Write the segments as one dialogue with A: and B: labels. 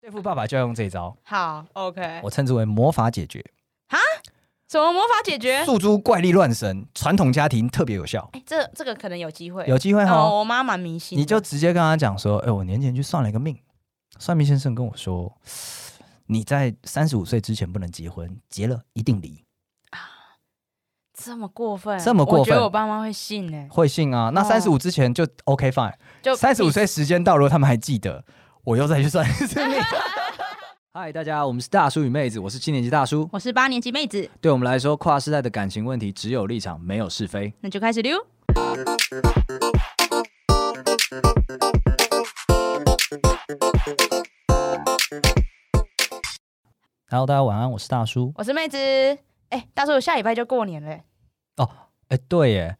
A: 对付爸爸就要用这一招，
B: 好，OK，
A: 我称之为魔法解决，
B: 什么魔法解决？
A: 诉诸怪力乱神，传统家庭特别有效。
B: 哎，这这个可能有机会，
A: 有机会哈、
B: 哦，我妈蛮迷信的，
A: 你就直接跟他讲说，哎、我年前去算了一个命，算命先生跟我说，你在三十五岁之前不能结婚，结了一定离。
B: 这么过分，
A: 这么过分
B: 我觉得我爸妈会信呢，
A: 会信啊，那
B: 哦
A: 三十五之前就 OK fine，
B: 就
A: 三十五岁时间到，如果他们还记得，我又再去算一次命。 嗨，大家好，我们是大叔与妹子，我是七年级大叔。
B: 我是八年级妹子，
A: 对我们来说，跨世代的感情问题只有立场，没有是非。
B: 那就开始溜。
A: Hello，大家晚安，我是大叔。
B: 我是妹子，哎，大叔，我下礼拜就过年了，
A: 哎、对耶，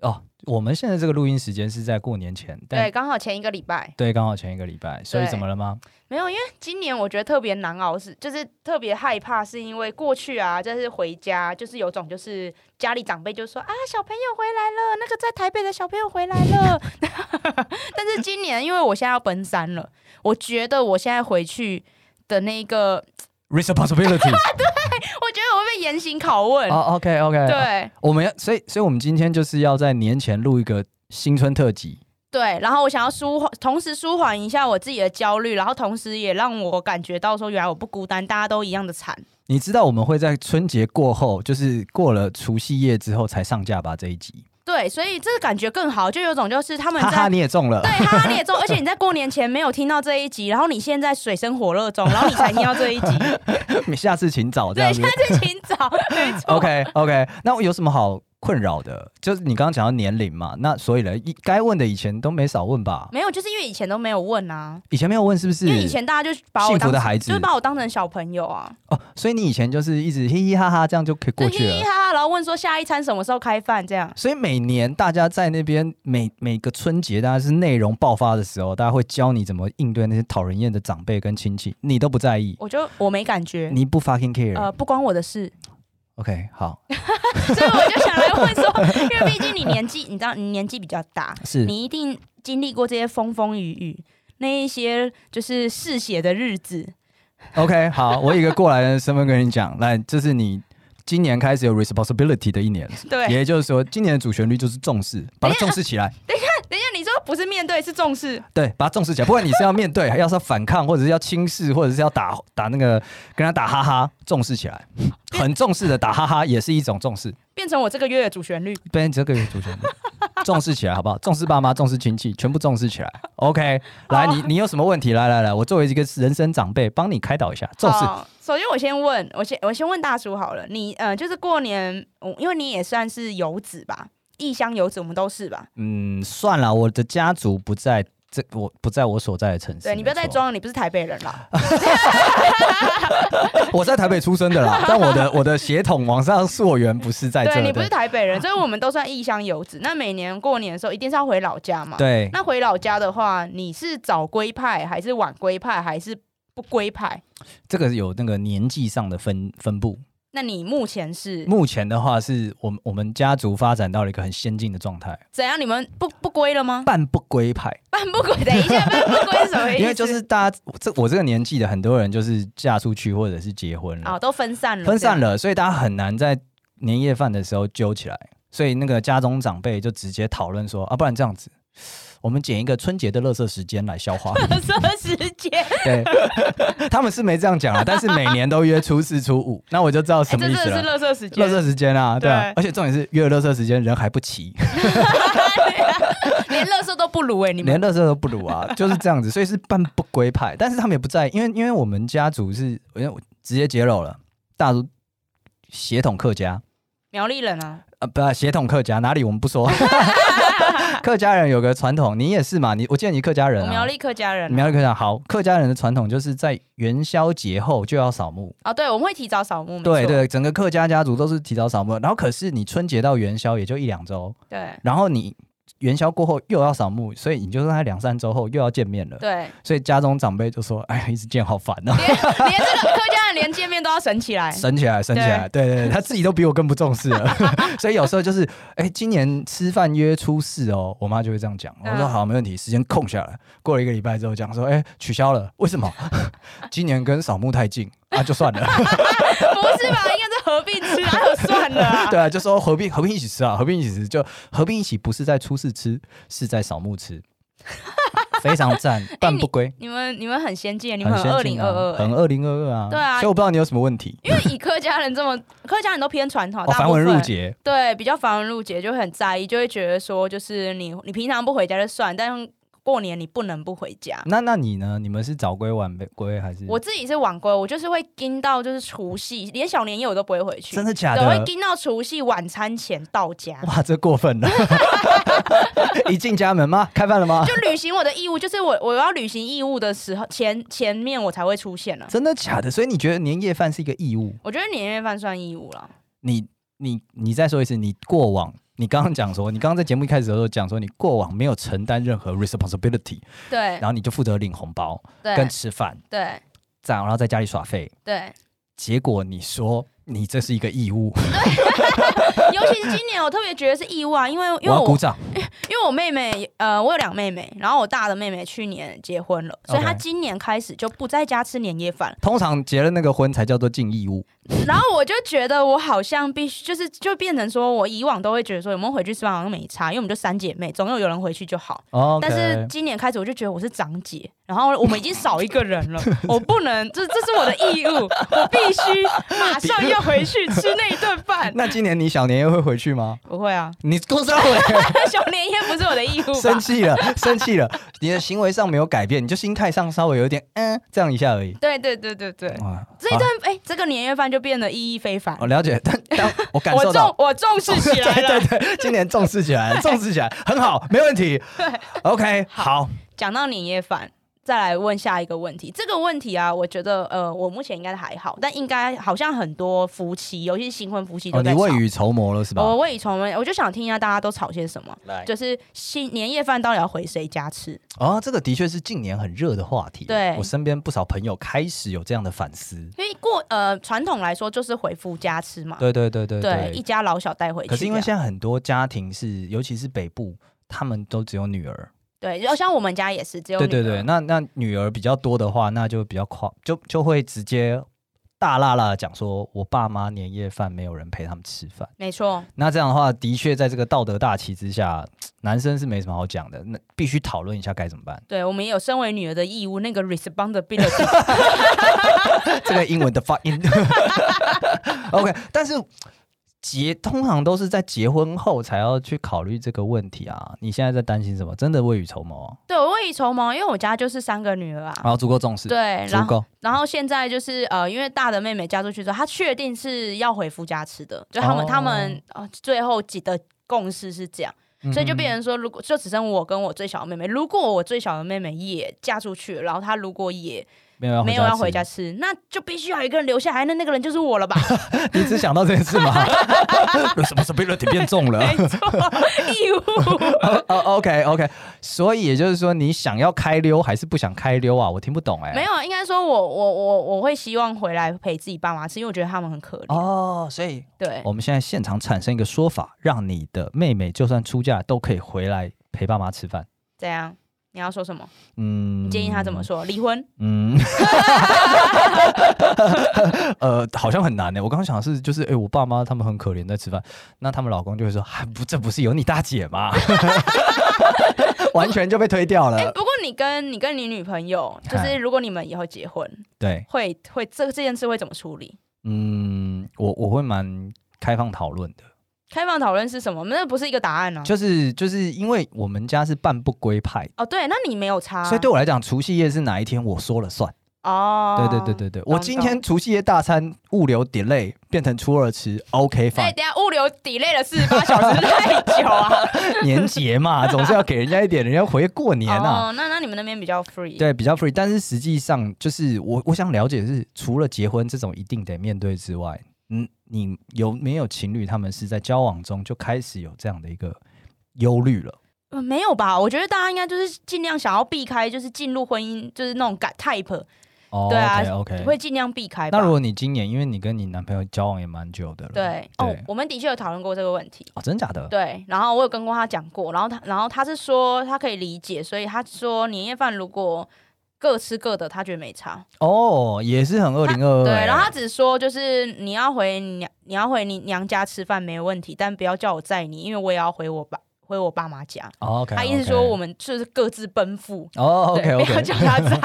A: 哦，我们现在这个录音时间是在过年前，但
B: 对，刚好前一个礼拜，
A: 对，刚好前一个礼拜，所以
B: 对
A: 怎么了吗？
B: 没有，因为今年我觉得特别难熬，是就是特别害怕，是因为过去啊，就是回家，就是有种就是家里长辈就说啊，小朋友回来了，那个在台北的小朋友回来了。 但是今年因为我现在要奔三了，我觉得我现在回去的那个，
A: responsibility
B: 我觉得我会被严刑拷问。
A: 哦，OK，OK、o k OK，，
B: 对
A: 我们要，所以，所以我们今天就是要在年前录一个新春特辑，
B: 对，然后我想要舒缓，同时舒缓一下我自己的焦虑，然后同时也让我感觉到说，原来我不孤单，大家都一样的惨。
A: 你知道我们会在春节过后，就是过了除夕夜之后才上架吧这一集，
B: 对，所以这个感觉更好，就有种就是他们
A: 哈
B: 在
A: 哈，你也中了
B: 对，，哈哈裂中，而且你在过年前没有听到这一集，然后你现在水深火热中，然后你才听到这一集，
A: 你下次请早这
B: 对，
A: 样子
B: 现。在是清早，没 错
A: OK OK，那我有什么好困扰的？就是你刚刚讲到年龄嘛，那所以呢，一该问的以前都没少问吧？
B: 没有，就是因为以前都没有问啊，
A: 以前没有问是不是？
B: 因为以前大家就把我
A: 幸福
B: 当
A: 的孩子
B: 就是把我当成小朋友啊，
A: 哦，所以你以前就是一直嘻嘻哈哈，这样就可以
B: 就
A: 过去
B: 呃嘻
A: 了。
B: 嘻哈哈，然后问说下一餐什么时候开饭这样。
A: 所以每年大家在那边每每个春节，大家是内容爆发的时候，大家会教你怎么应对那些讨人厌的长辈跟亲戚，你都不在意，
B: 我就我没感觉，
A: 你不 fucking care。
B: 呃，不关我的事，
A: OK，好，
B: 所以我就想来问说，因为毕竟你年纪，你知道你年纪比较大，
A: 是
B: 你一定经历过这些风风雨雨，那一些就是嗜血的日子，
A: OK，好，我以一个过来人的身份跟你讲，来，这是你今年开始有 responsibility 的一年，
B: 对，
A: 也就是说，今年的主旋律就是重视，把它重视起来，
B: 等一下，你说不是面对，是重视，
A: 对，把它重视起来。不管你是要面对， 还要是要反抗，或者是要轻视，或者是要打打那个跟他打哈哈，重视起来，很重视的打哈哈也是一种重视。
B: 变成我这个月的主旋律。
A: 不然你这个有主旋律， 重视起来好不好？重视爸妈，重视亲戚，全部重视起来。OK，来，你你有什么问题？来来来，我作为一个人生长辈，帮你开导一下，重视。
B: 好，哦首先我先问，我先我先问大叔好了，你呃，就是过年，嗯因为你也算是游子吧，异乡游子，我们都是吧？
A: 嗯，算了，我的家族不在这，我不在我所在的城市。
B: 对你不要
A: 没
B: 再
A: 错，
B: 装了，你不是台北人啦。
A: 我在台北出生的 啦，但我的我的血统往上溯源不是在这
B: 对
A: 哎的。
B: 你不是台北人，所以我们都算异乡游子。那每年过年的时候，一定是要回老家嘛？。
A: 对
B: 那回老家的话，你是早归派还是晚归派，还是不归派？
A: 这个有那个年纪上的分分布。
B: 那你目前是
A: 目前的话，是我们我们家族发展到了一个很先进的状态，
B: 怎样？你们不不归了吗？
A: 半不归派。
B: 半不归，等一下，半不归是什么意思？
A: 因为就是大家这我这个年纪的很多人就是嫁出去或者是结婚了，
B: 哦，都分散了，啊
A: 分散
B: 了。
A: 了，所以大家很难在年夜饭的时候揪起来，所以那个家中长辈就直接讨论说啊，不然这样子。我们捡一个春节的乐色时间来消 化，
B: 什么时间？
A: 对，他们是没这样讲啊，但是每年都约初四、初五，那我就知道
B: 哎
A: 什么
B: 这
A: 意
B: 真
A: 思啊
B: 的是
A: 了。
B: 乐色时
A: 乐
B: 间，
A: 色时间啊，对啊
B: 对，
A: 而且重点是约了乐色时间人还不齐，
B: 连乐色都不如哎、你
A: 连
B: 们
A: 乐色都不如啊，就是这样子，所以是半不归派，但是他们也不在意，因为因为我们家族是，因为我直接揭露了，大族血统客家，
B: 苗栗人啊，
A: 啊，不，血统客家哪里我们不 说，客家人有个传统，你也是嘛？你我记得你客家人
B: 我
A: 啊，
B: 苗栗客家人、
A: 你
B: 啊。
A: 苗栗客家好，客家人的传统就是在元宵节后就要扫墓，
B: 哦，对，我们会提早扫墓，没错
A: 对对，整个客家家族都是提早扫墓，然后可是你春节到元宵也就一两周，
B: 对
A: 然后你元宵过后又要扫墓，所以你就在两三周后又要见面了，
B: 对，
A: 所以家中长辈就说，哎，一直见好烦哦、
B: 连这个客家人，你连见面都要省 起来。
A: 省起来，省起来，对对对，他自己都比我更不重视了， 所以有时候就是，哎、今年吃饭约初四哦，我妈就会这样讲，我说
B: 嗯
A: 好，没问题，时间空下来，过了一个礼拜之后讲说，哎、取消了，为什么？ 今年跟扫墓太近啊，就算了，
B: 不是吧？应该是合并吃，还有算了 啊、
A: 对啊，就说合并合并一起吃啊，合并一起吃，就合并一起不是在初四吃，是在扫墓吃， 非常赞，
B: 哎
A: 半不归。
B: 你们你们很先进，你
A: 很
B: 们很二
A: 先进
B: 零
A: 啊
B: 二二，
A: 很二零二二啊，
B: 对啊
A: 所以我不知道你有什么问题，
B: 因为以客家人这么，客家人都偏传统，
A: 哦，
B: 大
A: 繁
B: 部
A: 文
B: 分
A: 缛节，
B: 对，比较繁文缛节，就会很在意，就会觉得说，就是你你平常不回家就算，但是过年你不能不回家。
A: 那那你呢？你们是早归晚归还是？
B: 啊我自己是晚归，我就是会盯到就是除夕，连小年夜我都不会回去
A: 真，的假
B: 对，我会
A: 的？
B: 盯到除夕晚餐前到家。
A: 哇，这过分了！ 一进家门吗？开饭了吗？
B: 就履行我的义务，就是我我要履行义务的时候，前前面我才会出现了。啊
A: 真的假的？所以你觉得年夜饭是一个义务？
B: 我觉得年夜饭算义务了，
A: 你你你再说一次，你过往你刚刚讲说，你刚刚在节目一开始的时候讲说，你过往没有承担任何 responsibility，
B: 对
A: 然后你就负责领红包
B: 对
A: 跟吃饭，
B: 对
A: 这样然后在家里耍废，
B: 对，
A: 结果你说你这是一个义务，
B: 尤其是今年我特别觉得是义务啊，因为
A: 我
B: 因为
A: 要鼓
B: 我
A: 掌。
B: 因为我妹妹呃，我有两妹妹，然后我大的妹妹去年结婚了，所以
A: OK
B: 她今年开始就不在家吃年夜饭了，
A: 通常结了那个婚才叫做尽义务，
B: 然后我就觉得我好像必须就是就变成说我以往都会觉得说有没有回去吃饭好像没差，因为我们就三姐妹，总有有人回去就好。
A: 哦，
B: 但是今年开始，我就觉得我是长姐，然后我们已经少一个人了，我不能，这这是我的义务，我必须马上要回去吃那一顿饭。
A: 那今年你小年夜会回去吗？
B: 不会啊，
A: 你公司回。
B: 小年夜不是我的义务 吧
A: 生？气了，生气了，你的行为上没有改变，你就心态上稍微有一点嗯，这样一下而已。
B: 对对对对对，
A: 哇，
B: 这一顿哎、这个年夜饭就变得意义非凡
A: 好。我了解，但 但我哦感受
B: 我重
A: 到。哦
B: 我重视起 来
A: 对
B: 了。
A: 对对，今年重视起 来，重视起来，很好，没问题。OK，好，
B: 讲到年夜饭，再来问下一个问题。这个问题啊，我觉得呃，我目前应该还好，但应该好像很多夫妻，尤其是新婚夫妻
A: 哦，
B: 都
A: 你
B: 在吵。哦
A: 未雨绸缪了是吧？
B: 我未雨绸缪，我就想听一下大家都吵些什么。
A: 来，
B: 就是新年夜饭到底要回谁家吃？
A: 哦，这个的确是近年很热的话题。
B: 对
A: 我身边不少朋友开始有这样的反思。
B: 因为过呃传统来说就是回夫家吃嘛，
A: 对对对对
B: 一家老小带回去这样。
A: 可是因为现在很多家庭是，尤其是北部，他们都只有女儿，
B: 对，然后像我们家也是只有
A: 对
B: 女
A: 对
B: 儿
A: 对，那那女儿比较多的话，那就比较夸，就就会直接大辣辣的讲说，我爸妈年夜饭没有人陪他们吃饭。
B: 没错，
A: 那这样的话，的确在这个道德大旗之下，男生是没什么好讲的，那必须讨论一下该怎么办。
B: 对我们也有身为女儿的义务，那个 responsibility。
A: 这个英文的发音 ，OK，但是。结通常都是在结婚后才要去考虑这个问题啊！你现在在担心什么？真的未雨绸缪哦，
B: 对，我未雨绸缪，因为我家就是三个女儿啊。
A: 然后足够重视，
B: 对，
A: 足
B: 然后
A: 够
B: 然后现在就是呃，因为大的妹妹嫁出去之后，她确定是要回夫家吃的，就他们、
A: 哦
B: 他们呃最后几的共识是这样。
A: 嗯
B: 所以就变成说，如果就只剩我跟我最小的妹妹，如果我最小的妹妹也嫁出去了，然后她如果也
A: 没有
B: 没有要回
A: 吃
B: 家吃，那就必须要有一个人留下来，那那个人就是我了 吧？
A: 你只想到这件事吗？什么 ability 变重了
B: 没错，义务。
A: o k OK，所以也就是说，你想要开溜还是不想开溜啊？我听不懂哎、
B: 没有，应该说我我我我会希望回来陪自己爸妈吃，因为我觉得他们很可怜。
A: 哦，所以
B: 对
A: 我们现在现场产生一个说法，让你的妹妹就算出嫁都可以回来陪爸妈吃饭。
B: 怎样？你要说什么？
A: 嗯，
B: 你建议他怎么？说？离婚？
A: 嗯， 呃，好像很难呢。我刚刚想的是，就是哎、我爸妈他们很可怜在吃饭，那他们老公就会说，还不这不是有你大姐吗？ 完全就被推掉了。
B: 哎不过你跟你跟你女朋友，就
A: 呃嗨
B: 是如果你们以后结婚，
A: 对，
B: 会会这这件事会怎么处理？
A: 嗯，我我会蛮开放讨论的，
B: 开放讨论是什么？那不是一个答案啊。
A: 就是就是因为我们家是半不归派，
B: 哦，对，那你没有差啊，
A: 所以对我来讲，除夕夜是哪一天我说了算。
B: 哦，
A: 对对对对对，我
B: 懂
A: 今天除夕夜大餐物流 delay 变成初二吃，OK
B: 哎、
A: fine，
B: 等一下物流 delay 了四十八小时太久啊！
A: 年节嘛，总是要给人家一点，人家回过年啊。
B: 哦，那那你们那边比较 free，，
A: 对，比较 free，但是实际上就是我我想了解的是，除了结婚这种一定得面对之外，嗯，你有没有情侣他们是在交往中就开始有这样的一个忧虑了？
B: 呃、没有吧？我觉得大家应该就是尽量想要避开，就是进入婚姻就是那种感 type。
A: 哦，
B: 对啊
A: OK，, o k
B: 会尽量避开吧。
A: 那如果你今年，因为你跟你男朋友交往也蛮久的了，
B: 对哦
A: 对，
B: 我们的确有讨论过这个问题。
A: 哦，真假的？
B: 对，然后我有跟过他讲过，然后他，然后他是说他可以理解，所以他说年夜饭如果各吃各的，他觉得没差。
A: 哦，也是很二零二二，哎
B: 对，然后他只说就是你要回娘，你要回你娘家吃饭没问题，但不要叫我载你，因为我也要回我爸回我爸妈家。
A: 哦 OK，
B: 他意思说我们就是各自奔赴，
A: 哦
B: 对
A: OK
B: 不要
A: OK，
B: 叫他 载，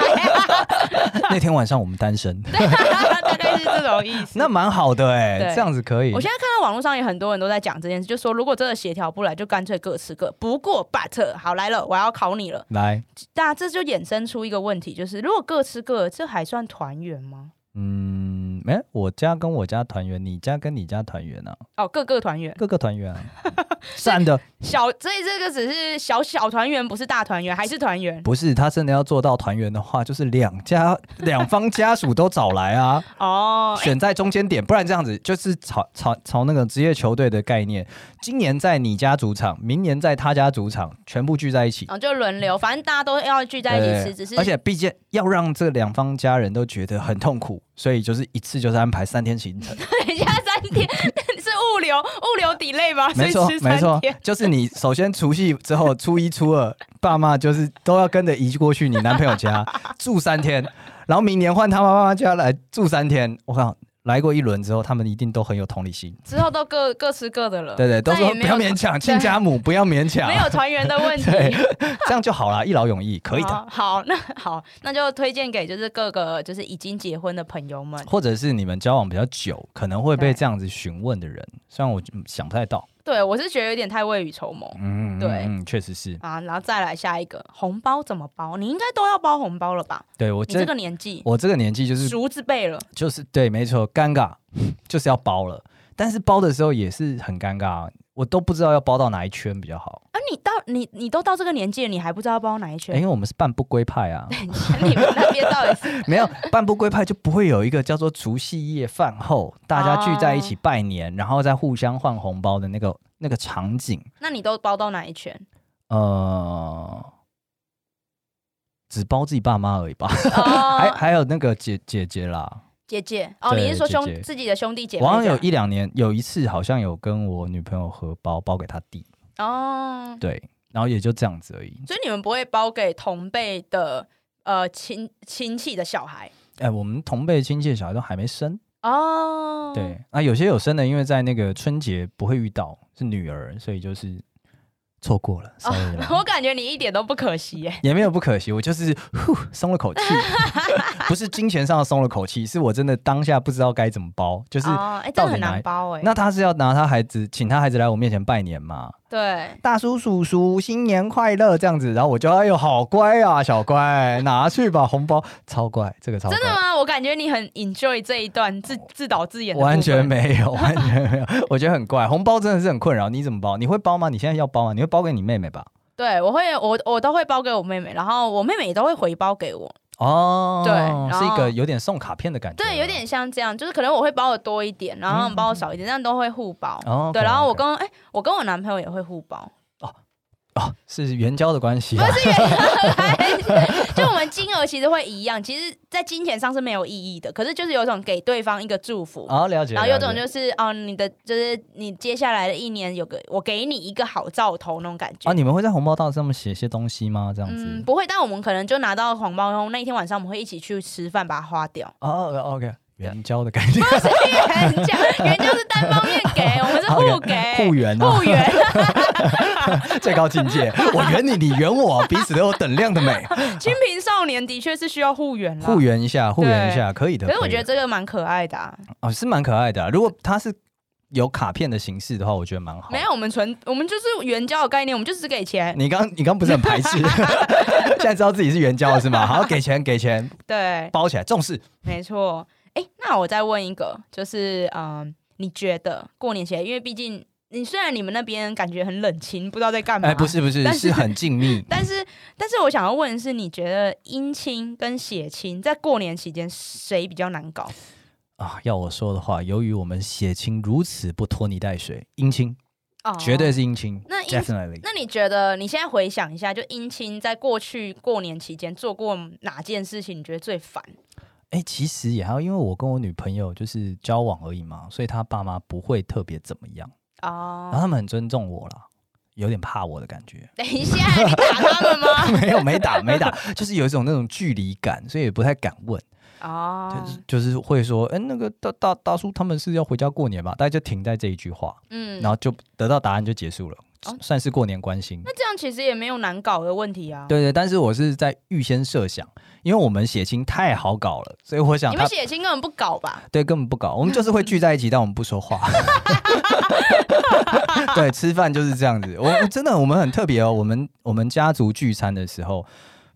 A: 那天晚上我们单身，
B: 大概是这种意 思。
A: 那蛮好的哎、
B: 对
A: 这样子可以
B: 我。现在看到网络上也很多人都在讲这件事，就说如果真的协调不来，就干脆各吃各。不过，but 好来了，我要考你了。
A: 来，
B: 那这就衍生出一个问题，就是如果各吃各的，这还算团圆吗？
A: 嗯，哎、我家跟我家团圆，你家跟你家团圆 啊，
B: 哦，各个团圆，
A: 各个团圆 啊，散的
B: 小所以这个只是小小团圆，不是大团圆，还是团圆
A: 不是他真的要做到团圆的话，就是两家 两方家属都找来啊，
B: 哦。哎
A: 选在中间点，不然这样子就是朝朝朝那个职业球队的概念，今年在你家主场，明年在他家主场，全部聚在一起。
B: 哦，就轮流，反正大家都要聚在一起
A: 对
B: 吃，只是
A: 而 且毕竟要让这两方家人都觉得很痛苦，所以就是一次就是安排三天行程。
B: 等一下三天 是物流物流 delay 吧？ 所以
A: 没错
B: 吃，三
A: 没错
B: 天，
A: 就是你首先除夕之后，初一、初二，爸妈就是都要跟着移过去你男朋友 家住三天，然后明年换他妈妈家来住三天。我靠，来过一轮之后，他们一定都很有同理心。
B: 之后都各各吃各的了。
A: 对对，都
B: 呃再也
A: 说
B: 没
A: 不
B: 有
A: 要勉强，亲家母不要勉强
B: 没，有团圆的问题。
A: 对，这样就好 了，一劳永逸，可以的。
B: 好好，那好，那就推荐给就是各个就是已经结婚的朋友们。
A: 或者是你们交往比较久，可能会被
B: 对
A: 这样子询问的人，虽然我嗯想不太到，
B: 对我是觉得有点太未雨绸缪
A: 嗯，
B: 对
A: 嗯，嗯确实是，
B: 啊。然后再来下一个，红包怎么包？你应该都要包红包了吧？
A: 对我
B: 你这
A: 这
B: 个年纪，
A: 我这个年纪就是
B: 熟字辈了。
A: 就是对，没错，尴尬 就是要包了，但是包的时候也是很尴尬，啊我都不知道要包到哪一圈比较好，
B: 啊，你到你你都到这个年纪了，你还不知道包哪一
A: 诶因
B: 圈？
A: 为我们是半不归派 啊，
B: 你们那边到底是？
A: 没有半不归派就不会有一个叫做除夕夜饭后大家聚在一
B: 哦
A: 起拜年，然后再互相换红包的那个那个场景，
B: 那你都包到哪一圈？
A: 呃，只包自己爸妈而已吧， 还
B: 哦，
A: 还有那个姐姐姐啦，
B: 姐姐哦，
A: 对
B: 你是说兄
A: 姐姐
B: 自己的兄弟姐妹
A: 我好
B: 这样？
A: 像有一两年有一次好像有跟我女朋友合包包给她弟，
B: 哦，
A: 对，然后也就这样子而已。
B: 所以你们不会包给同辈的呃亲亲戚的小孩
A: 哎，我们同辈亲戚的小孩都还没生，
B: 哦？
A: 对，那、有些有生的，因为在那个春节不会遇到，是女儿，所以就是错过了，sorry 啦
B: 我感觉你一点都不可惜耶。
A: 也没有不可惜，我就是呼松了口 气，不是金钱上的松了口气，是我真的当下不知道该怎么包，就是、
B: 哦，哎、真
A: 到
B: 的
A: 底
B: 很
A: 哪
B: 难
A: 一
B: 包哎。
A: 那他是要拿他孩子，请他孩子来我面前拜年嘛，
B: 对，
A: 大叔叔叔新年快乐这样子，然后我就哎呦好乖啊，小乖，拿去吧红包，超乖，这个超乖
B: 真的吗？我感觉你很 enjoy 这一段自自导自演的部分，
A: 完全没 有，完全没有，我觉得很怪。红包真的是很困扰，你怎么包？你会包吗？你现在要包吗？你会包给你妹妹吧？
B: 对，我会我我都会包给我妹妹，然后我妹妹也都会回包给我。
A: 哦，
B: 对然后
A: 是一个有点送卡片的感觉，
B: 对，有点像这样，就是可能我会包的多一点，然后他们包的少一点，但都会互包。
A: 嗯哦，OK，
B: 对，然后我
A: OK
B: 跟哎、我跟我男朋友也会互包，
A: 哦是援交的关系啊，
B: 哎 就我们金额其实会一样，其实，在金钱上是没有意义的，可是就是有一种给对方一个祝福，
A: 哦，了解，
B: 然后有
A: 了
B: 种
A: 解
B: 就是哦，你的就是你接下来的一年有个我给你一个好兆头那种感觉。
A: 啊，你们会在红包袋上面写些东西吗？这样
B: 嗯，
A: 子，
B: 不会，但我们可能就拿到红包，然后那一天晚上我们会一起去吃饭，把它花掉。
A: 哦，OK，OK，援交的感觉，
B: 原价原就是单方面给，我们是互给
A: 哦互援啊
B: 互，援。
A: 最高境界，我圆你，你圆我，彼此都有等量的 美，
B: 清贫少年的确是需要互援啦，
A: 互。援一下，互援一下，可以的。
B: 可是我
A: 以
B: 觉得
A: 的
B: 这个蛮可爱的啊，
A: 哦是蛮可爱的啊，如果它是有卡片的形式的话，我觉得蛮好
B: 没。有我们纯我们就是援交的概念，我们就只给钱，
A: 你刚你刚不是很排斥， 现在知道自己是援交了是吗？好，给钱给钱，
B: 对，
A: 包起来，重视。
B: 没错。哎，那我再问一个，就是嗯，你觉得过年前，因为毕竟你虽然你们那边感觉很冷清，不知道在干嘛，
A: 哎，不是不是，
B: 但是
A: 是很静谧。
B: 但是，但是我想要问的是，你觉得姻亲跟血亲在过年期间谁比较难搞？
A: 啊，要我说的话，由于我们血亲如此不拖泥带水，姻亲
B: 哦
A: 绝对。是姻亲、
B: 那姻
A: d e f i n i t e l y
B: 那你觉得你现在回想一下，就姻亲在过去过年期间做过哪件事情，你觉得最烦？
A: 哎、其实也还好，因为我跟我女朋友就是交往而已嘛，所以她爸妈不会特别怎么样，然后
B: 哦，
A: 他们很尊重我啦，有点怕我的感觉。
B: 等一下，你打他们吗？
A: 没有，没打，没打，就是有一种那种距离感，所以也不太敢问，
B: 哦
A: 就，是就是会说，哎、那个大大大叔他们是要回家过年吧？大家就停在这一句话，
B: 嗯，
A: 然后就得到答案就结束了，
B: 哦
A: 算是过年关心。
B: 那这样其实也没有难搞的问题啊。
A: 对对，但是我是在预先设想，因为我们血亲太好搞了，所以我想
B: 你
A: 他
B: 们血亲根本不搞吧？
A: 对根本不搞，我们就是会聚在一起，但我们不说话。 对，吃饭就是这样子。我我真的我们很特别哦，我们我们家族聚餐的时候。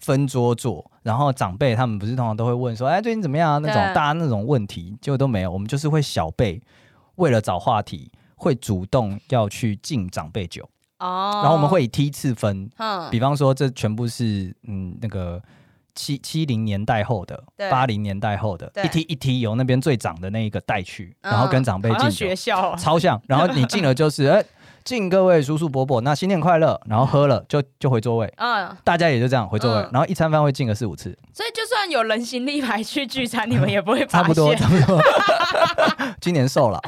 A: 分桌坐，然后长辈他们不是通常都会问说：“哎，最近怎么样啊？”那种
B: 对
A: 大家那种问题，结果都没有。我们就是会小辈为了找话题，会主动要去敬长辈酒，
B: 哦，
A: 然后我们，会以梯次分，
B: 嗯，
A: 比方说，这全部是嗯那个七七零年代后的、
B: 对
A: 八零年代后的，
B: 对
A: 一梯一梯由那边最长的那一个带去，
B: 嗯
A: 然后跟长辈
B: 好像
A: 敬酒
B: 学，校啊，
A: 超 像。然后你进了就是哎，敬各位叔叔伯伯，那新年快乐，然后喝了就就回座位。
B: 嗯，
A: 大家也就这样回座位，
B: 嗯
A: 然后一餐饭会敬个四五次，
B: 所以就算有人形立牌去聚餐，你们也不会
A: 差
B: 发
A: 不多
B: 现。
A: 差不多。今年瘦了，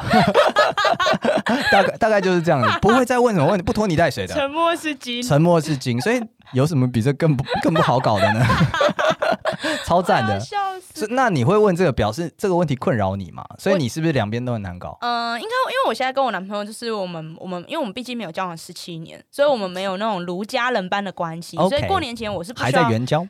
A: 大概大概就是这样子，不会再问什么问题，不拖泥带水的。
B: 沉默是金，
A: 沉默是金，所以有什么比这更不 更不好搞的呢？ 超赞
B: 啊
A: 的。
B: 笑死
A: 是。那你会问这个，表示这个问题困扰你嘛？所以
B: 我
A: 你是不是两边都很难搞？
B: 嗯，应该因为我现在跟我男朋友就是我们我们，因为我们毕竟没有交往十七年，所以我们没有那种如家人般的关系
A: OK
B: 所以过年前我是不
A: 还
B: 需
A: 在
B: 要，
A: 援交？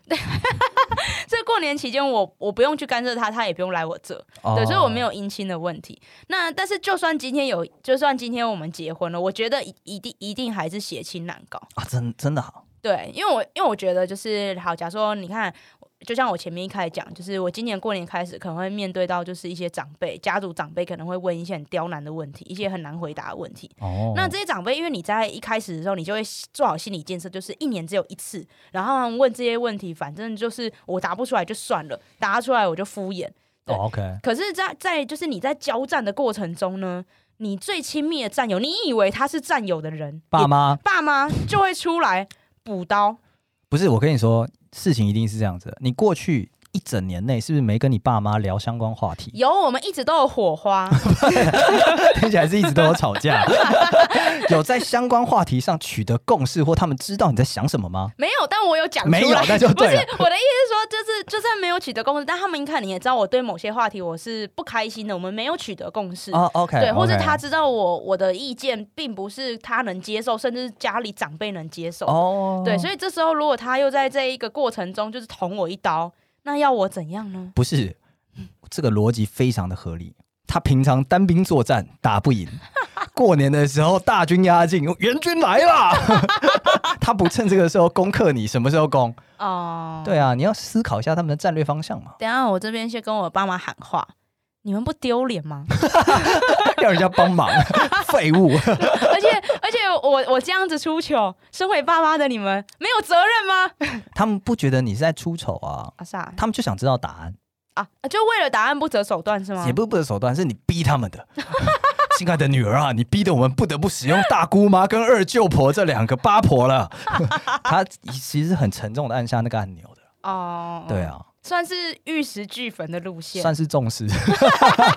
B: 所以过年期间我我不用去干涉他，他也不用来我这，对，所以我没
A: 有。
B: 有姻亲的问题。那但是就算今天有，就算今天我们结婚了，我觉得一一定一定还是血亲难搞。
A: 啊，真真的好，
B: 对，因为我因为我觉得就是好，假如说你看，就像我前面一开始讲，就是我今年过年开始可能会面对到就是一些长辈、家族长辈可能会问一些很刁难的问题，一些很难回答的问题。
A: 哦，
B: 那这些长辈，因为你在一开始的时候，你就会做好心理建设，就是一年只有一次，然后他们问这些问题，反正就是我答不出来就算了，答出来我就敷衍。对
A: 哦 OK，
B: 可是在，在就是你在交战的过程中呢，你最亲密的战友，你以为他是战友的人，
A: 爸
B: 也
A: 妈
B: 爸妈就会出来补刀。
A: 不是我跟你说，事情一定是这样子的。你过去一整年内是不是没跟你爸妈聊相关话 题？
B: 有我们一直都有火 花，
A: 听起来是一直都有吵架， 有在相关话题上取得共识，或他们知道你在想什么吗？
B: 没有，但我有讲出来。
A: 没有那就
B: 不
A: 对
B: 是
A: 了
B: 我的意思是说，就是就算没有取得共识，但他们一看你也知道，我对某些话题我是不开心的，我们没有取得共识。
A: 哦，OK，
B: 对，或是
A: OK
B: 他知道我我的意见并不是他能接受，甚至是家里长辈能接受。
A: 哦，
B: 对，所以这时候如果他又在这一个过程中就是捅我一刀，那要我怎样呢？
A: 不是，这个逻辑非常的合理。他平常单兵作战打不 赢，过年的时候大军压境，援军来 啦！他不趁这个时候攻克你，什么时候攻？
B: 哦、
A: 对啊，你要思考一下他们的战略方向嘛，
B: 等一下我这边先跟我爸妈喊话，你们不丢脸吗？
A: 要人家帮忙， 废物。
B: 而且而且我我这样子出糗，身为爸妈的你们没有责任吗？
A: 他们不觉得你是在出丑啊，
B: 啊啥
A: 他们就想知道答案，
B: 啊？就为了答案不择手段是吗
A: 也？不是不择手段，是你逼他们的。 亲爱的女儿啊，你逼得我们不得不使用大姑妈跟二舅婆这两个八婆了。 他其实很沉重的按下那个按钮的，
B: 哦
A: 对，啊。
B: 算是玉石俱焚的路线。
A: 算是重视，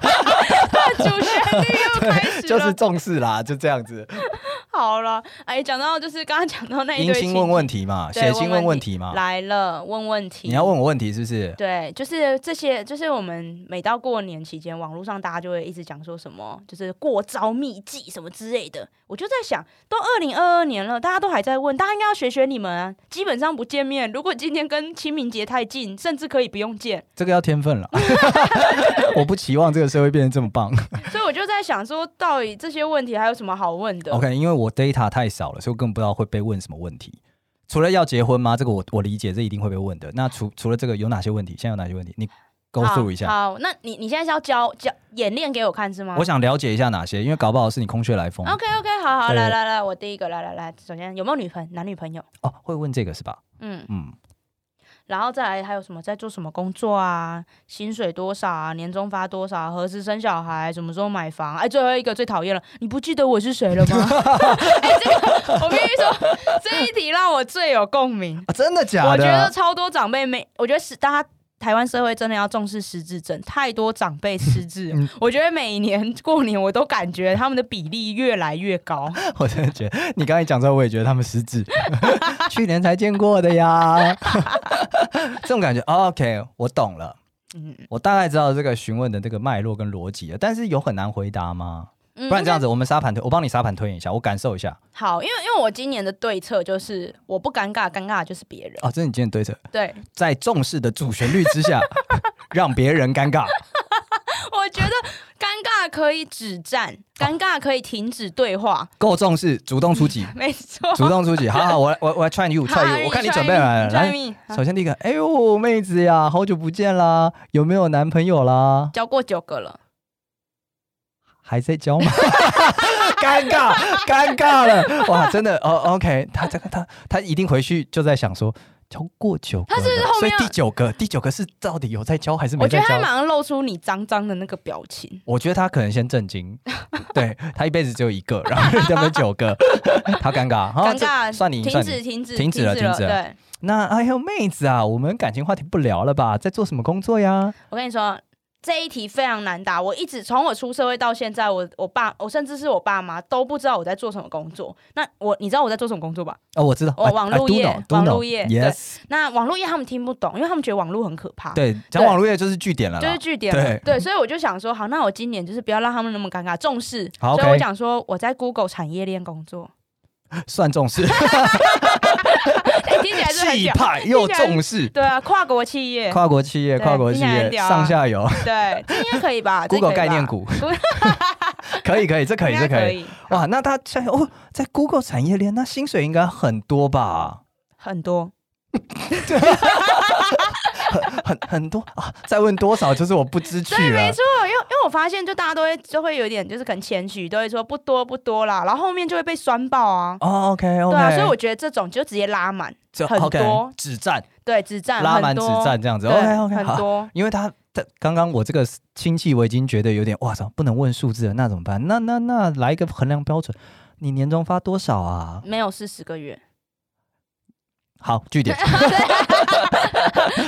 B: 主旋律 又开始了，
A: 就是重视啦，就这样子。
B: 好了。哎，讲到就是刚刚讲到那一
A: 迎
B: 对
A: 亲
B: 亲
A: 问问题嘛，
B: 对
A: 写信问
B: 问
A: 问
B: 问
A: 题嘛，
B: 来了，问问题。
A: 你要问我问题是不是？
B: 对，就是这些，就是我们每到过年期间，网络上大家就会一直讲说什么，就是过招秘技什么之类的。我就在想，都二零二二年了，大家都还在问，大家应该要学学你们啊。基本上不见面，如果今天跟清明节太近，甚至可以不用见。
A: 这个要天分了， 我不期望这个社会变得这么棒。
B: 所以我就在想说，到底这些问题还有什么好问的
A: OK，因为我 data 太少了，所以我根本不知道会被问什么问题。除了要结婚吗？这个我我理解，这一定会被问的。那除除了这个有哪些问题？现在有哪些问题？你 go
B: 好
A: through 一下。
B: 好，那你你现在是要教教演练给我看是吗？
A: 我想了解一下哪些，因为搞不好是你空穴来风
B: OK OK，好好，
A: 对
B: 来来来，我第一个来来来，首先有没有女朋友男女朋友？
A: 哦，会问这个是吧？
B: 嗯，
A: 嗯，
B: 然后再来还有什么在做什么工作啊，薪水多少啊，年终发多少啊、何时生小孩，什么时候买房？哎，最后一个最讨厌了，你不记得我是谁了吗？ 哎，这个我跟你说，这一题让我最有共鸣。
A: 啊，真的假
B: 我觉得
A: 的？
B: 超多长辈没，我觉得是大家台湾社会真的要重视失智症，太多长辈失智
A: 嗯
B: 了，我觉得每年过年我都感觉他们的比例越来越高。
A: 我真的觉得你刚才讲之后，我也觉得他们失智， 去年才见过的呀， 这种感觉。哦 OK，我懂了，
B: 嗯，
A: 我大概知道这个询问的这个脉络跟逻辑了，但是有很难回答吗？
B: 不
A: 不然这样子，我们沙盘推，我帮你沙盘推演一下，我感受一下。
B: 嗯好，因为因为我今年的对策就是我不尴尬，尴尬的就是别人。
A: 哦，这是你今天的对策，
B: 对，
A: 在重视的主旋律之下， 让别人尴尬。
B: 我觉得尴尬可以止战，尴尬可以停止对话，
A: 够重视，主动出击，
B: 没错。
A: 主动出击。好好，我来我我来 try you，try
B: 好
A: you，我看你准备来了。
B: try
A: 来，
B: me，try me
A: 首先第一个，哎呦，妹子呀，好久不见啦，有没有男朋友啦？
B: 交过九个了，
A: 还在交吗？ 尴尬，尴尬了，哇，真的哦，OK，他这个他他一定回去就在想说。交过九个了，
B: 他是不是后
A: 所
B: 面
A: 以
B: 要
A: 第九个，第九个是到底有在交还是没
B: 我觉
A: 在
B: 得他
A: 交？
B: 马上露出你脏脏的那个表情。
A: 我觉得他可能先震惊， 对他一辈子只有一个，然后人家们九个， 他尴 尬，好
B: 尴
A: 啊这
B: 尬，
A: 算你
B: 停
A: 算
B: 止，
A: 你。
B: 停止，
A: 停止了停止了
B: 对，
A: 那哎呦，妹子啊，我们感情话题不聊了吧？在做什么工作呀？
B: 我跟你说。这一题非常难答，我一直从我出社会到现在，我我爸，我甚至是我爸妈都不知道我在做什么工作。那我，你知道我在做什么工作吧？
A: 哦，我知道，
B: 哦
A: 哎
B: 网
A: 哎
B: 络业
A: Duno，
B: 网
A: Duno，
B: 络业对
A: ，yes，
B: 那网络业他们听不懂，因为他们觉得网络很可怕。
A: 对，讲网络业就是据点了
B: 啊就
A: 啦
B: 是。据点了
A: 对
B: 所以我就想说，好，那我今年就是不要让他们那么尴尬，重视。
A: 好
B: 所以我
A: OK
B: 想说，我在 Google 产业链工作，
A: 算重 视，
B: 哎，听起来是很
A: 气
B: 屌，
A: 派又重 视，
B: 对啊，跨国企业，
A: 跨国企业，
B: 对
A: 跨国企
B: 听起来
A: 业
B: 很，屌啊
A: 上下游
B: 对，今天可 以吧
A: ，Google
B: 这可以吧
A: 概念 股， 可以可以，这可以
B: 应
A: 这
B: 该
A: 可
B: 可
A: 以。
B: 以，
A: 哇，那他在哦，在 Google 产业链，那薪水应该很多吧？
B: 很多，
A: 很很多啊，再问多少就是我不知趣
B: 对，没
A: 了。
B: 错，因为因为我发现，就大家都会就会有点就是很谦虚，都会说不多不多啦，然后后面就会被酸爆啊，
A: 哦，OK OK，
B: 对啊，所以我觉得这种就直接拉满，
A: 就
B: 很
A: OK，
B: 多
A: 止战
B: 对，只占
A: 拉满
B: 很
A: 止
B: 多，
A: 战这样子
B: 对
A: ，OK OK
B: 很
A: 好。
B: 多，
A: 因为他他刚刚我这个亲戚我已经觉得有点哇操，不能问数字了，那怎么办？那那那来一个衡量标准，你年终发多少啊？
B: 没有四十个月，
A: 好，据 点，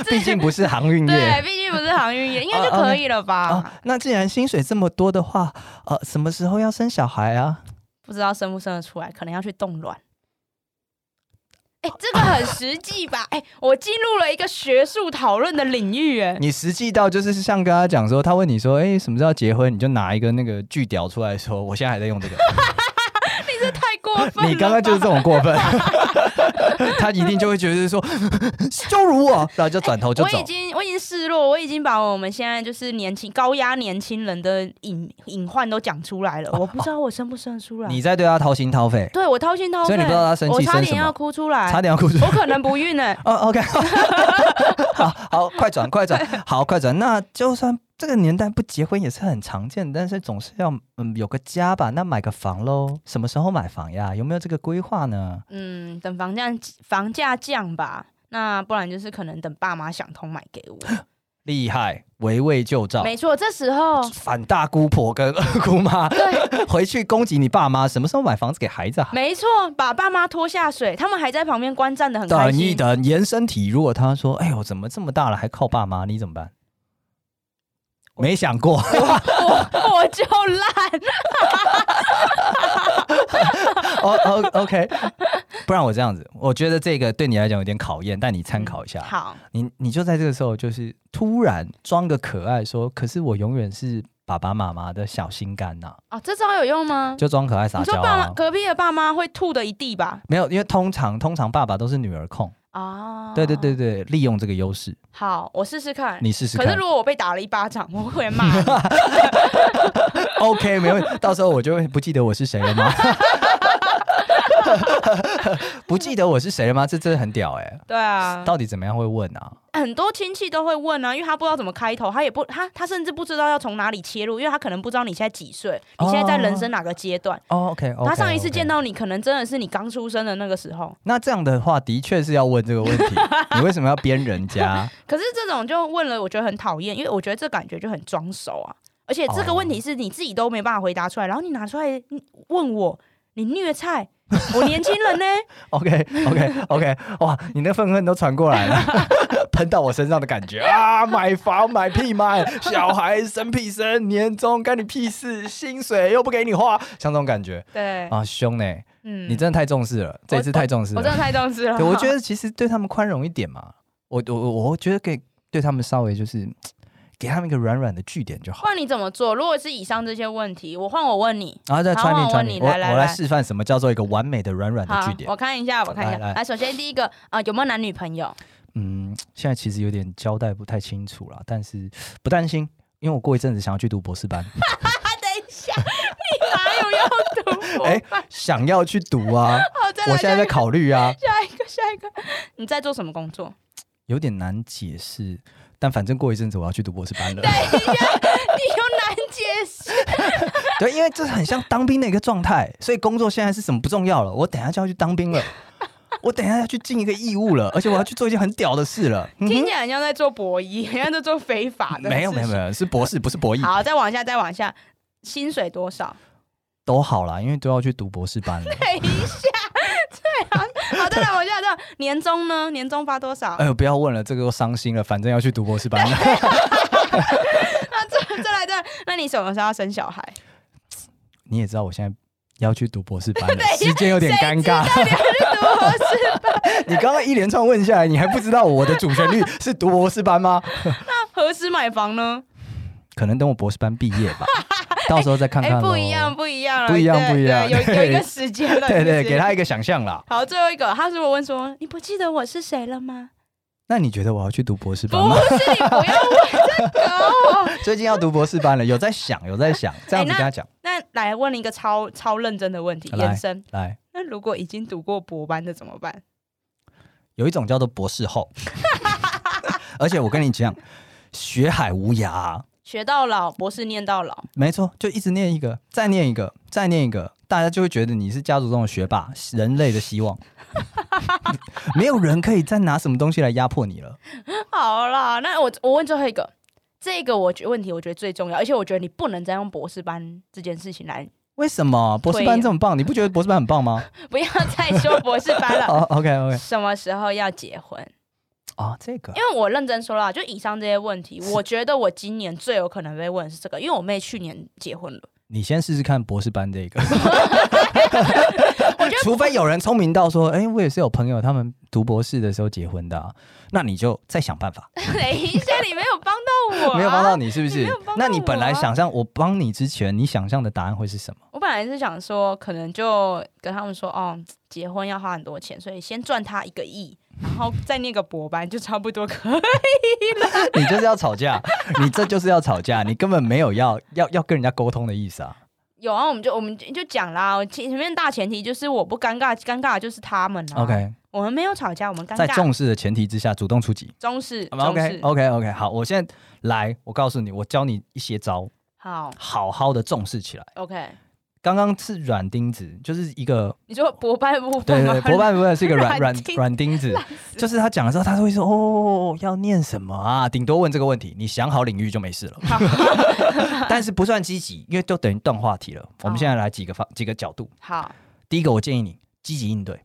A: 毕竟不是航运
B: 对，
A: 业。
B: 毕竟不是 航运业，应该就可以了吧？
A: 啊，那既然薪水这么多的话，呃，什么时候要生小孩啊？
B: 不知道生不生得出来，可能要去冻卵。哎、这个很实际吧？ 哎、我进入了一个学术讨论的领域、哎，
A: 你实际到就是像跟他讲说，他问你说，哎、什么时候要结婚？你就拿一个那个锯屌出来说，我现在还在用这个。
B: 这太过分了。
A: 你刚刚就是这种过分， 他一定就会觉得说 羞辱我，然后就转头就
B: 我
A: 走
B: 已。经我已经示弱，我已经把我们现在就是年轻高压年轻人的隐隐患都讲出来了。我不知道我生不生得出来，
A: 哦你在对他掏心掏肺，
B: 对我掏心掏肺，
A: 所以你不知道他生
B: 我
A: 气
B: 差
A: 生什
B: 点要
A: 么，
B: 哭出来，
A: 差点要哭出来。
B: 我可能不孕呢、
A: 哦，OK，好好，快转，快转，好，快转。那就算这个年代不结婚也是很常见的，但是总是要嗯有个家吧，那买个房喽。什么时候买房呀？有没有这个规划呢？
B: 嗯，等房价房价降吧，那不然就是可能等爸妈想通买给我。
A: 厉害，围魏救赵，
B: 没错，这时候
A: 反大姑婆跟二姑妈
B: 对，
A: 回去攻击你爸妈，什么时候买房子给孩子啊？
B: 没错，把爸妈拖下水，他们还在旁边观战的很开
A: 等一
B: 心。
A: 等，延伸题，如果他说：“哎呦，怎么这么大了还靠爸妈？”你怎么办？没想过，
B: 我 我就烂，
A: 哦哦，OK，不然我这样子，我觉得这个对你来讲有点考验，但你参考一下，
B: 嗯好，
A: 你你就在这个时候，就是突然装个可爱说：“可是我永远是爸爸妈妈的小心肝呐、
B: 哦，这招有用吗？
A: 就装可爱撒
B: 你说
A: 娇
B: 爸妈
A: 啊。
B: 隔壁的爸妈会吐的一地吧？
A: 没有，因为通常通常爸爸都是女儿控，
B: 啊，
A: 对对，对对，利用这个优势，
B: 好，我试试看。
A: 你试试
B: 可是
A: 看
B: 如果我被打了一巴掌，我会骂 你。
A: ，OK，没问题。到时候我就会不记得我是谁了吗？ 不记得我是谁了吗？这真的很屌哎、
B: 对啊，
A: 到底怎么样会问啊？
B: 很多亲戚都会问啊，因为他不知道怎么开头，他也不他他甚至不知道要从哪里切入，因为他可能不知道你现在几岁，你现在在人生哪个阶段。
A: 哦，OK，, o k
B: 他上一次见到你，可能真的是你刚出生的那个时候。
A: 那这样的话，的确是要问这个问题，你为什么要编人家？
B: 可是这种就问了，我觉得很讨厌，因为我觉得这感觉就很装熟啊。而且这个问
A: 哦
B: 题是你自己都没办法回答出来，然后你拿出来问我，你虐菜， 我年轻人呢？
A: OK OK OK，哇，你那愤恨都传过来了，喷到我身上的感觉啊！买房买屁买，小孩生屁生，年终干你屁事，薪水又不给你花，像这种感觉
B: 对，
A: 啊，凶呢、
B: 嗯
A: 你真的太重视了，这一次太重视
B: 我
A: 了。
B: 真的太重视了。
A: 对，我 觉得其实对他们宽容一点嘛，我我我我觉得可以对他们稍微就是给他们一个软软的据点就好。
B: 换你怎么做？如果是以上这些问题，我换我问你。
A: 然后再
B: 好
A: 穿
B: 换
A: 你
B: 我
A: 穿
B: 问
A: 你，
B: 你
A: 我
B: 来来
A: 我来
B: 来
A: 示范什么叫做一个完美的软软的
B: 好
A: 据，点
B: 我。看一下，我看一下。
A: 来来
B: 来，首先第一个啊，有没有男女 朋友？
A: 嗯，现在其实有点交代不太清楚啦，但是不担心，因为我过一阵子想要去读博士 班，
B: 啊，等一下，你哪有要读？
A: 哎想要去读啊，
B: 好，再来
A: 我现在在考虑啊，
B: 下一个，下一个，你在做什么工 作？
A: 有点难解释，但反正过一阵子我要去读博士班了。
B: 你有难解释？
A: 对，因为这很像当兵的一个状态，所以工作现在是什么不重要了，我等一下就要去当兵了，我等一下要去尽一个义务了，而且我要去做一件很屌的事了。嗯
B: 听起来很像在做博弈，很像在做非法的。
A: 没有没有没。有，是博士不是博弈，
B: 好，再往下，再往下，薪水 多少？
A: 都好啦，因为都要去读博士班了。
B: 等一下，对啊，好，再来往下，这样年 终呢？年终发多少？
A: 哎呦，不要问了，这个又伤心了，反正要去读博士班了。
B: 那再啊再来再来，那你什么时候要生小孩？
A: 你也知道我现在要去读博士班了
B: 对，
A: 时间有点尴尬。
B: 读博士，
A: 你刚刚一连串问下来，你还不知道我的主旋律是读博士班吗？
B: 何时买房呢？
A: 可能等我博士班毕 业吧，到时候再看
B: 哎、
A: 看、咯。
B: 不一样，不一样了，
A: 不一样
B: 对
A: 不一样
B: 对有有
A: 对
B: 一个时间了，
A: 对
B: 是
A: 对，
B: 不是
A: 给他一个想象啦。
B: 好，最后一个，他如果问说你不记得我是谁 了吗？
A: 那你觉得我要去读博士
B: 不
A: 班吗？
B: 是，你不要问这个。
A: 最近要读博士班了，有在想，有在想，这样子
B: 哎那
A: 跟他讲，
B: 那来问一个超超认真的问题，
A: 来
B: 延伸。
A: 来，
B: 那如果已经读过博班的怎么办？
A: 有一种叫做博士后， 而且我跟你讲，学海无涯啊，
B: 学到老，博士念到老。
A: 没错，就一直念一个，再念一个，再念一个，大家就会觉得你是家族中的学霸，人类的希望。 没有人可以再拿什么东西来压迫你了。
B: 好啦，那我我问最后一个，这个我觉问题我觉得最重要，而且我觉得你不能再用博士班这件事情来，
A: 为什么博士
B: 啊
A: 班这么棒？你不觉得博士班很棒 吗？
B: 不要再说博士 班了。
A: 哦，OK，OK、o k OK，
B: 什么时候要结婚？
A: 啊、这个
B: 因为我认真说了，就以上这些问题，我觉得我今年最有可能被问的是这个，因为我妹去年结婚 了。
A: 你先试试看博士班这个，
B: 我觉得
A: 除非有人聪明到说，哎、我也是有朋友他们读博士的时候结婚的、啊，那你就再想办法。
B: 等一下，你没有帮到我、啊
A: 没有帮到。你是不
B: 你
A: 是
B: 没有帮
A: 那
B: 到？
A: 你本来
B: 我啊
A: 想象我帮你之前，你想象的答案会是什么？
B: 我本来是想说，可能就跟他们说，哦，结婚要花很多钱，所以先赚他一个亿，然后再念个博班，就差不多可以。
A: 你就是要吵架，你这就是要吵架，你根本没有要要要跟人家沟通的意思啊！
B: 有啊，我们就我们就就讲啦，前前面大前提就是我不尴尬，尴尬的就是他们啊。
A: OK，
B: 我们没有吵架，我们尴
A: 在
B: 尬。
A: 重视的前提之下，主动出击。
B: 中式，中式
A: OK，OK 哦 OK，好，我现在来，我告诉你，我教你一些招，
B: 好
A: 好好的重视起来。
B: ，OK。
A: 刚刚是软钉子，就是一个
B: 你说博班的 部
A: 对
B: 分吗？
A: 对，博办博办是一个 软
B: 软
A: 软
B: 钉
A: 软钉子，就是他讲的时候，他会说哦，要念什么啊？顶多问这个问题，你想好领域就没事了。 但是不算积极，因为就等于断话题了。我们现在来几个方几个角度，
B: 好，
A: 第一个我建议你积极应对。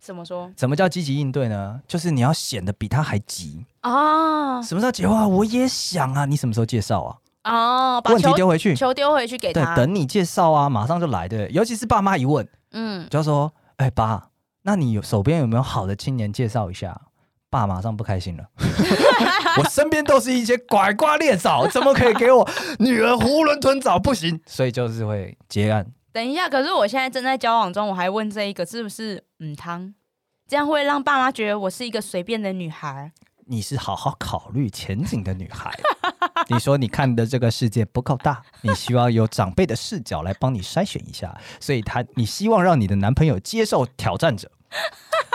B: 怎么说
A: 什么叫积极应对呢？就是你要显得比他还急。
B: 啊？
A: 什么时候结婚啊？我也想啊，你什么时候介绍啊？
B: 哦，把
A: 问题
B: 球
A: 丢回去，
B: 球丢回去给
A: 对
B: 他。，
A: 等你介绍啊，马上就来对不对，尤其是爸妈一问，
B: 嗯，
A: 就说：“哎、爸，那你有手边有没有好的青年介绍一下？”爸马上不开心了， 我身边都是一些拐瓜裂枣，怎么可以给我女儿囫囵吞枣？不行，所以就是会结案。
B: 等一下，可是我现在正在交往中，我还问这一个是不是嗯汤，这样会让爸妈觉得我是一个随便的女孩。
A: 你是好好考虑前景的女孩， 你说你看的这个世界不够大，你需要有长辈的视角来帮你筛选一下，所以他你希望让你的男朋友接受挑战者。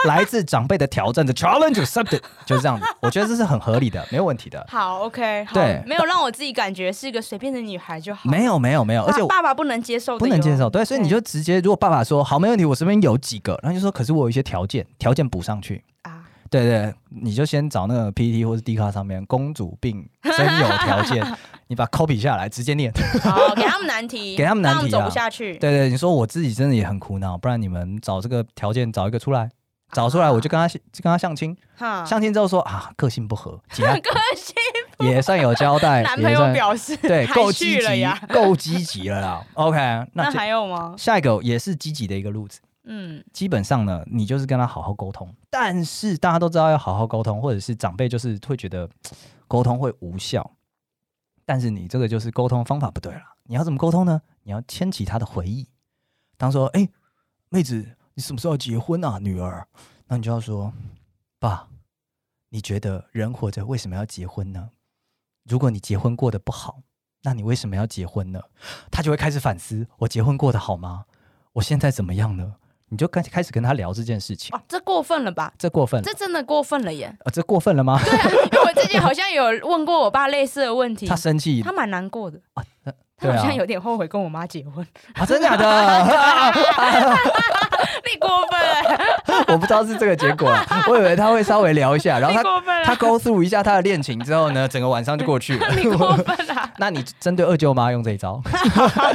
A: 来自长辈的挑战者 challenge accepted，就是这样子，我觉得这是很合理的，没有问题的。
B: 好，OK，好
A: 对
B: 没有让我自己感觉是一个随便的女孩就好。
A: 没有没有没有，
B: 爸，
A: 而且我
B: 爸爸不能接受，
A: 不能接。受。对，所以你
B: 对
A: 就直接，如果爸爸说好没问题，我身边有几个，然后就说可是我有一些条件，条件补上去。
B: 啊，
A: 对对，你就先找那个 PPT 或是 D 卡上面公主病真有条 件，你把 copy 下来，直接念。
B: 好，给他们难 题，
A: 给他们难题啊
B: 让走不下去。
A: 对对，你说我自己真的也很苦恼，不然你们找这个条件找一个出来，找出来，
B: 啊
A: 我就跟他就跟他相亲，
B: 哈，
A: 相亲之后说啊，个性不合，结案
B: 个性
A: 也算有交代，
B: 男朋
A: 哎也
B: 友
A: 算
B: 表示
A: 对，
B: 含
A: 够
B: 蓄
A: 积
B: 了
A: 极
B: 呀。，
A: 够积极了啦。OK，那
B: 那
A: 这
B: 还有吗？
A: 下一个也是积极的一个路子。
B: 嗯，
A: 基本上呢，你就是跟他好好沟通，但是大家都知道要好好沟通，或者是长辈就是会觉得沟通会无效，但是你这个就是沟通方法不对了。你要怎么沟通呢？你要牵起他的回忆，当说：“哎、妹子，你什么时候要结婚啊，女儿？”那你就要说：“爸，你觉得人活着为什么要结婚呢？如果你结婚过得不好，那你为什么要结婚呢？”他就会开始反思：“我结婚过得好吗？我现在怎么样呢？”你就开开始跟他聊这件事情，
B: 哦，这过分了吧？
A: 这过分了
B: 这真的过分了耶！
A: 啊？这过分了吗？
B: 因为我之前好像有问过我爸类似的问题
A: 他，生气
B: 他蛮难过的，他
A: 对
B: 好
A: 啊
B: 像有点后悔跟我妈结 婚。
A: 啊？真假 的？
B: 你过分了，
A: 我不知道是这个结果，啊 我以为他会稍微聊一下， 然后
B: 你
A: 他
B: 过分
A: 他
B: 了，
A: go through 一下他的恋情之后呢，整个晚上就过去
B: 你过
A: 了。
B: 分了。
A: 那你针对二舅妈用这一招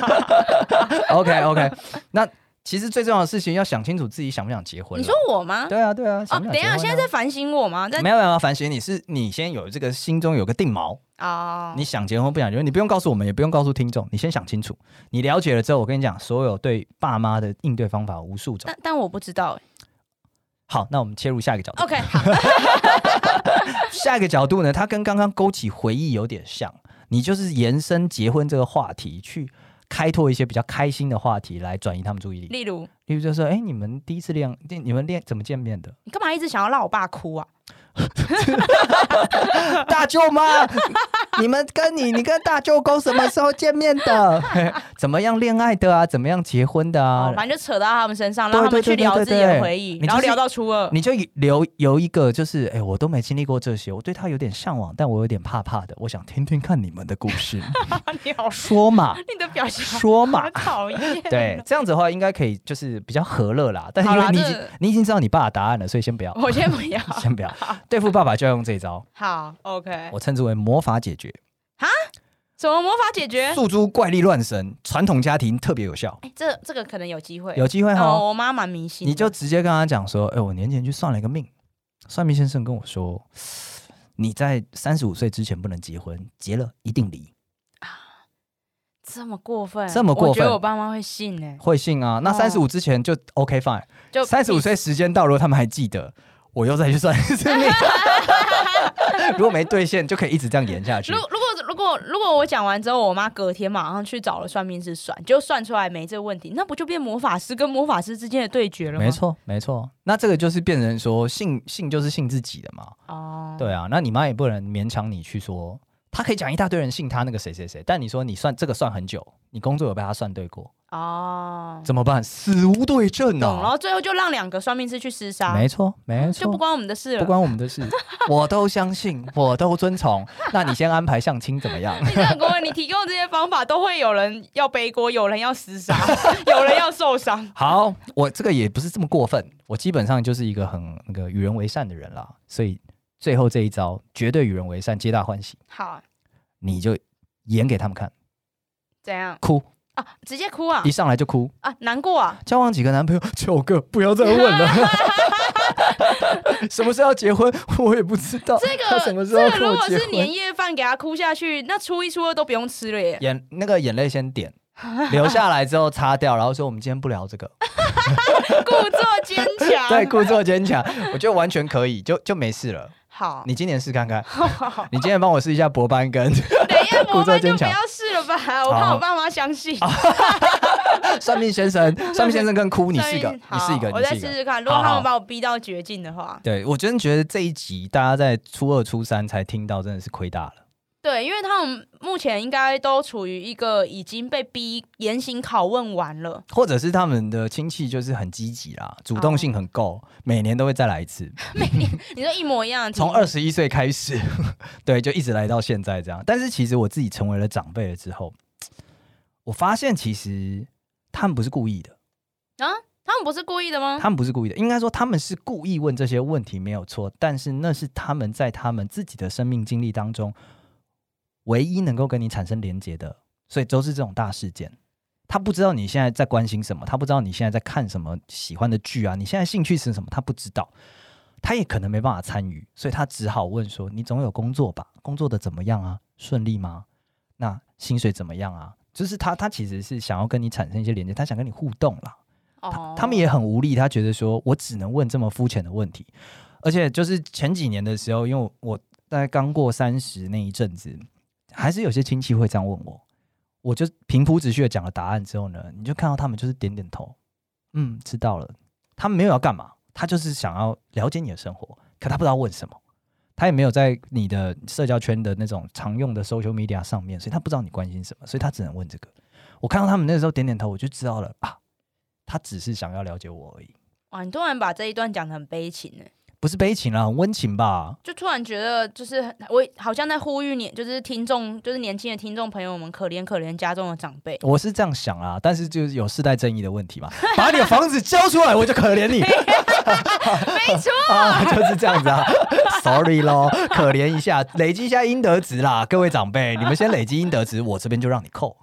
A: ？OK OK，那其实最重要的事情要想清楚自己想不想结婚。
B: 你说我吗？
A: 对啊对啊，
B: 哦，
A: 想不
B: 等
A: 想
B: 一
A: 结婚啊
B: 下，现在在反省我吗？在
A: 没有没有反省，你是你先有这个心中有个定锚，
B: 哦，
A: 你想结婚不想结婚，你不用告诉我们，也不用告诉听众，你先想清楚。你了解了之后，我跟你讲，所有对爸妈的应对方法无数种。
B: 但但我不知道欸。
A: 好，那我们切入下一个角度。
B: OK，好，
A: 下一个角度呢，它跟刚刚勾起回忆有点像，你就是延伸结婚这个话题，去开拓一些比较开心的话题来转移他们注意力。
B: 例如
A: 例如就说，哎、你们第一次恋，你你们恋怎么见面的？
B: 你干嘛一直想要让我爸哭啊？
A: 大舅 妈，你们跟你，你跟大舅公什么时候见面的？ 怎么样恋爱的啊？怎么样结婚的啊
B: 哦，？反正就扯到他们身上，
A: 对
B: 让他
A: 对
B: 们去
A: 对
B: 聊
A: 对
B: 自己
A: 对
B: 的
A: 对
B: 回忆，
A: 你
B: 然后
A: 就是
B: 聊到初二。
A: 你就留有一个，就是哎、我都没经历过这些，我对他有点向往，但我有点怕怕的。我想听听看你们的故 事，
B: 你好，
A: 说 嘛，
B: 你的表情好
A: 说嘛
B: 好。讨厌。
A: 对，，这样子的话应该可以，就是比较和乐啦。但是
B: 好
A: 因为
B: 啦
A: 你已
B: 这
A: 经你已经知道你爸的答案了，所以先 不要，
B: 我先不要。
A: 先不要对付爸爸就要用这一 招，
B: 好，OK，
A: 我称之为魔法解决，
B: 什么魔法解决？
A: 诉诸怪力乱神，传统家庭特别有效。
B: 哎，这这个可能有机会。
A: 有机会哈，
B: 哦，我妈蛮迷信的。
A: 你就直接跟他讲说，哎、我年前去算了一个命，算命先生跟我说，你在三十五岁之前不能结婚，结了一定离。
B: 这么过分，
A: 这么过分
B: 我觉得我爸妈会信呢。
A: 会信啊，那
B: 哦
A: 三十五之前就 OK fine，
B: 就
A: 三十五岁时间到了，如果他们还记得，我又再去算一次 命。如果没兑现，就可以一直这样延下去
B: 如。如果如果如果我讲完之后，我妈隔天马上去找了算命师算，就算出来没这个问题，那不就变魔法师跟魔法师之间的对决了吗？
A: 没，错，没错。那这个就是变成说信信就是信自己的嘛。
B: 哦，
A: 对啊，那你妈也不能勉强你去说，她可以讲一大堆人信她那个谁谁谁，但你说你算这个算很久，你工作有被她算对过，
B: 哦，
A: 怎么办？死无对证
B: 懂。然
A: 啊！
B: 后最后就让两个算命师去厮杀，
A: 没错，没
B: 就不
A: 错。
B: 关我们的事 了。
A: 不关我们的事，我都相信，我都遵从。那你先安排相亲怎么样？
B: 你这样跟我，你提供这些方法，都会有人要背锅，有人要 厮杀，有人要受伤。
A: 好，我这个也不是这么过分，我基本上就是一个很那个与人为善的人啦，所以最后这一招绝对与人为善，皆大欢喜。
B: 好，
A: 你就演给他们看，
B: 怎样
A: 哭，
B: 啊？直接哭啊
A: 一上来就哭，
B: 啊！难过啊！
A: 交往几个男朋友，九个，不要再问了。什么时候要结婚，我也不知道。
B: 这
A: 他
B: 个
A: 什么时候
B: 这个
A: 跟
B: 如
A: 我
B: 果
A: 结
B: 是
A: 婚？
B: 年夜饭给他哭下去，那初一初二都不用吃 了耶。
A: 眼那个眼泪先点，流下来之后擦掉，然后说我们今天不聊这 个。
B: 故作坚强。
A: 对，故作坚强，我觉得完全可以，就就没事了。
B: 好，
A: 你今年试看看，你今年帮我试一下博班跟
B: 等一下
A: 故
B: 我
A: 作
B: 们就
A: 坚
B: 不
A: 强哦
B: 要试了吧，我怕我爸妈相信。
A: 算命先 生，算命先生跟哭，你
B: 所
A: 是
B: 以
A: 一个，
B: 好
A: 你是一个，
B: 我
A: 你
B: 再
A: 是一
B: 试
A: 个。
B: 试看。如果他
A: 好好
B: 们把我逼到绝境的话，
A: 对，我真的觉得这一集大家在初二、初三才听到，真的是亏大了。
B: 对，因为他们目前应该都处于一个已经被逼严刑拷问完了。
A: 或者是他们的亲戚就是很积极啦，主动性很
B: 哦
A: 够，每年都会再来一 次，
B: 你说一模一样的题目，
A: 从二十一岁开始， 对，就一直来到现在这样。但是其实我自己成为了长辈了之后，我发现其实他们不是故意的，
B: 啊，他们不是故意的吗？
A: 他们不是故意的，应该说他们是故意问这些问题没有错，但是那是他们在他们自己的生命经历当中唯一能够跟你产生连结的，所以都是这种大事件。他不知道你现在在关心什么，他不知道你现在在看什么喜欢的剧啊，你现在兴趣是什么，他不知道，他也可能没办法参与，所以他只好问说：“你总有工作吧？工作的怎么样啊？顺利吗？那薪水怎么样啊？”就是他，他其实是想要跟你产生一些连接，他想跟你互动啦。
B: 哦，
A: 他们也很无力，他觉得说我只能问这么肤浅的问题，而且就是前几年的时候，因为我大概刚过三十那一阵子，还是有些亲戚会这样问我，我就平铺直叙的讲了答案之后呢，你就看到他们就是点点头，嗯，知道了，他们没有要干嘛，他就是想要了解你的生活，可他不知道问什么。他也没有在你的社交圈的那种常用的 social media 上面，所以他不知道你关心什么，所以他只能问这个。我看到他们那时候点点头，我就知道了啊，他只是想要了解我而已，
B: 哇，你突然把这一段讲的很悲情呢，
A: 不是悲情啦，很温情吧？。
B: 就突然觉得就是很我好像在呼吁你，就是听众，就是年轻的听众朋友们，可怜可怜家中的长辈
A: 我是这样想啦，但是就是有世代正义的问题 嘛，把你的房子交出来，我就可怜你
B: 没错，
A: 啊，就是这样子啊，sorry 咯，可怜一下，累积一下应得值啦，各位长辈，你们先累积应得值，我这边就让你扣。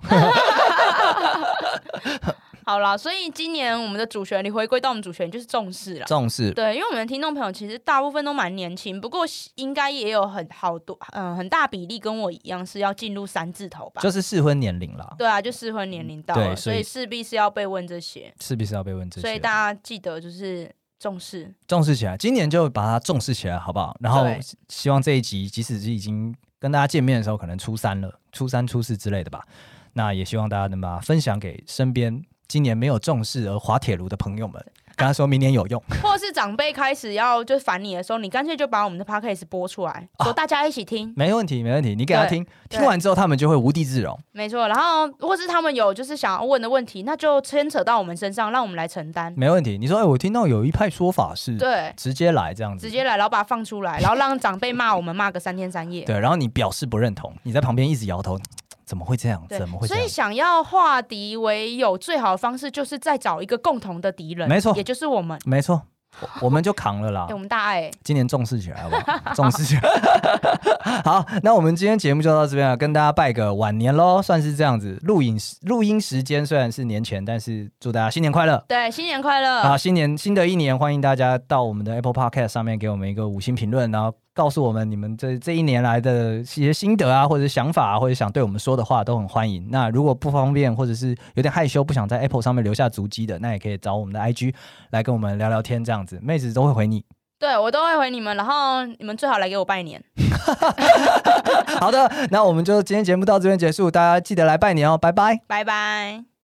B: 好啦，所以今年我们的主旋律回归到我们主旋律就是重视啦。
A: 重视
B: 对，因为我们的听众朋友其实大部分都蛮年轻，不过应该也有很好多，嗯、很大比例跟我一样是要进入三字头吧。
A: 就是适婚年龄啦，
B: 对啊，就适婚年龄到了，
A: 对所
B: 所
A: 以
B: 以势必是要被问这些，
A: 是必是要被问这
B: 所以
A: 些，啊
B: 大家记得就是重视。
A: 重视起来，今年就把它重视起来，好不好？然后
B: 对
A: 希望这一集，即使是已经跟大家见面的时候，可能初三了，初三、初四之类的吧，那也希望大家能把它分享给身边今年没有重视而滑铁卢的朋友 们，跟他说明年有用。
B: 或是长辈开始要就是烦你的时候，你干脆就把我们的 podcast 播出来，
A: 啊
B: 说大家一起听，
A: 没问题，没问题，你给他
B: 对
A: 听，听完之后他们就会无地自容。
B: 没错。然后或是他们有就是想要问的问题，那就牵扯到我们身上，让我们来承担。
A: 没问题，你说，哎、我听到有一派说法是
B: 对，
A: 直接来这样子，
B: 直接来，然后把它放出来，然后让长辈骂我们骂个三天三夜。
A: 对，然后你表示不认同，你在旁边一直摇头，怎么会这样？
B: 对
A: 怎么会这
B: 所
A: 样
B: 以？想要化敌为友，最好的方式就是再找一个共同的敌人，
A: 没错啊
B: 也就是我们。
A: 没错，我我们就扛了啦
B: 哎、。我们大爱、
A: 今年重视起来好不好？ 重视起来。好，那我们今天节目就到这边了，跟大家拜个晚年喽，算是这样子。录影时录音时间虽然是年前，但是祝大家新年快乐。
B: 对，新年快乐！
A: 啊！新年新的一年，欢迎大家到我们的 Apple Podcast 上面给我们一个五星评论，然后告诉我们你们这这一年来的一些心得啊，或者想法啊，或者想对我们说的话，都很欢迎。那如果不方便，或者是有点害羞，不想在 Apple 上面留下足迹的，那也可以找我们的 IG 来跟我们聊聊天，这样子，妹子都会回你。
B: 对我都会回你们，然后你们最好来给我拜年。
A: 好的，那我们就今天节目到这边结束，大家记得来拜年哦，拜拜。
B: 拜拜。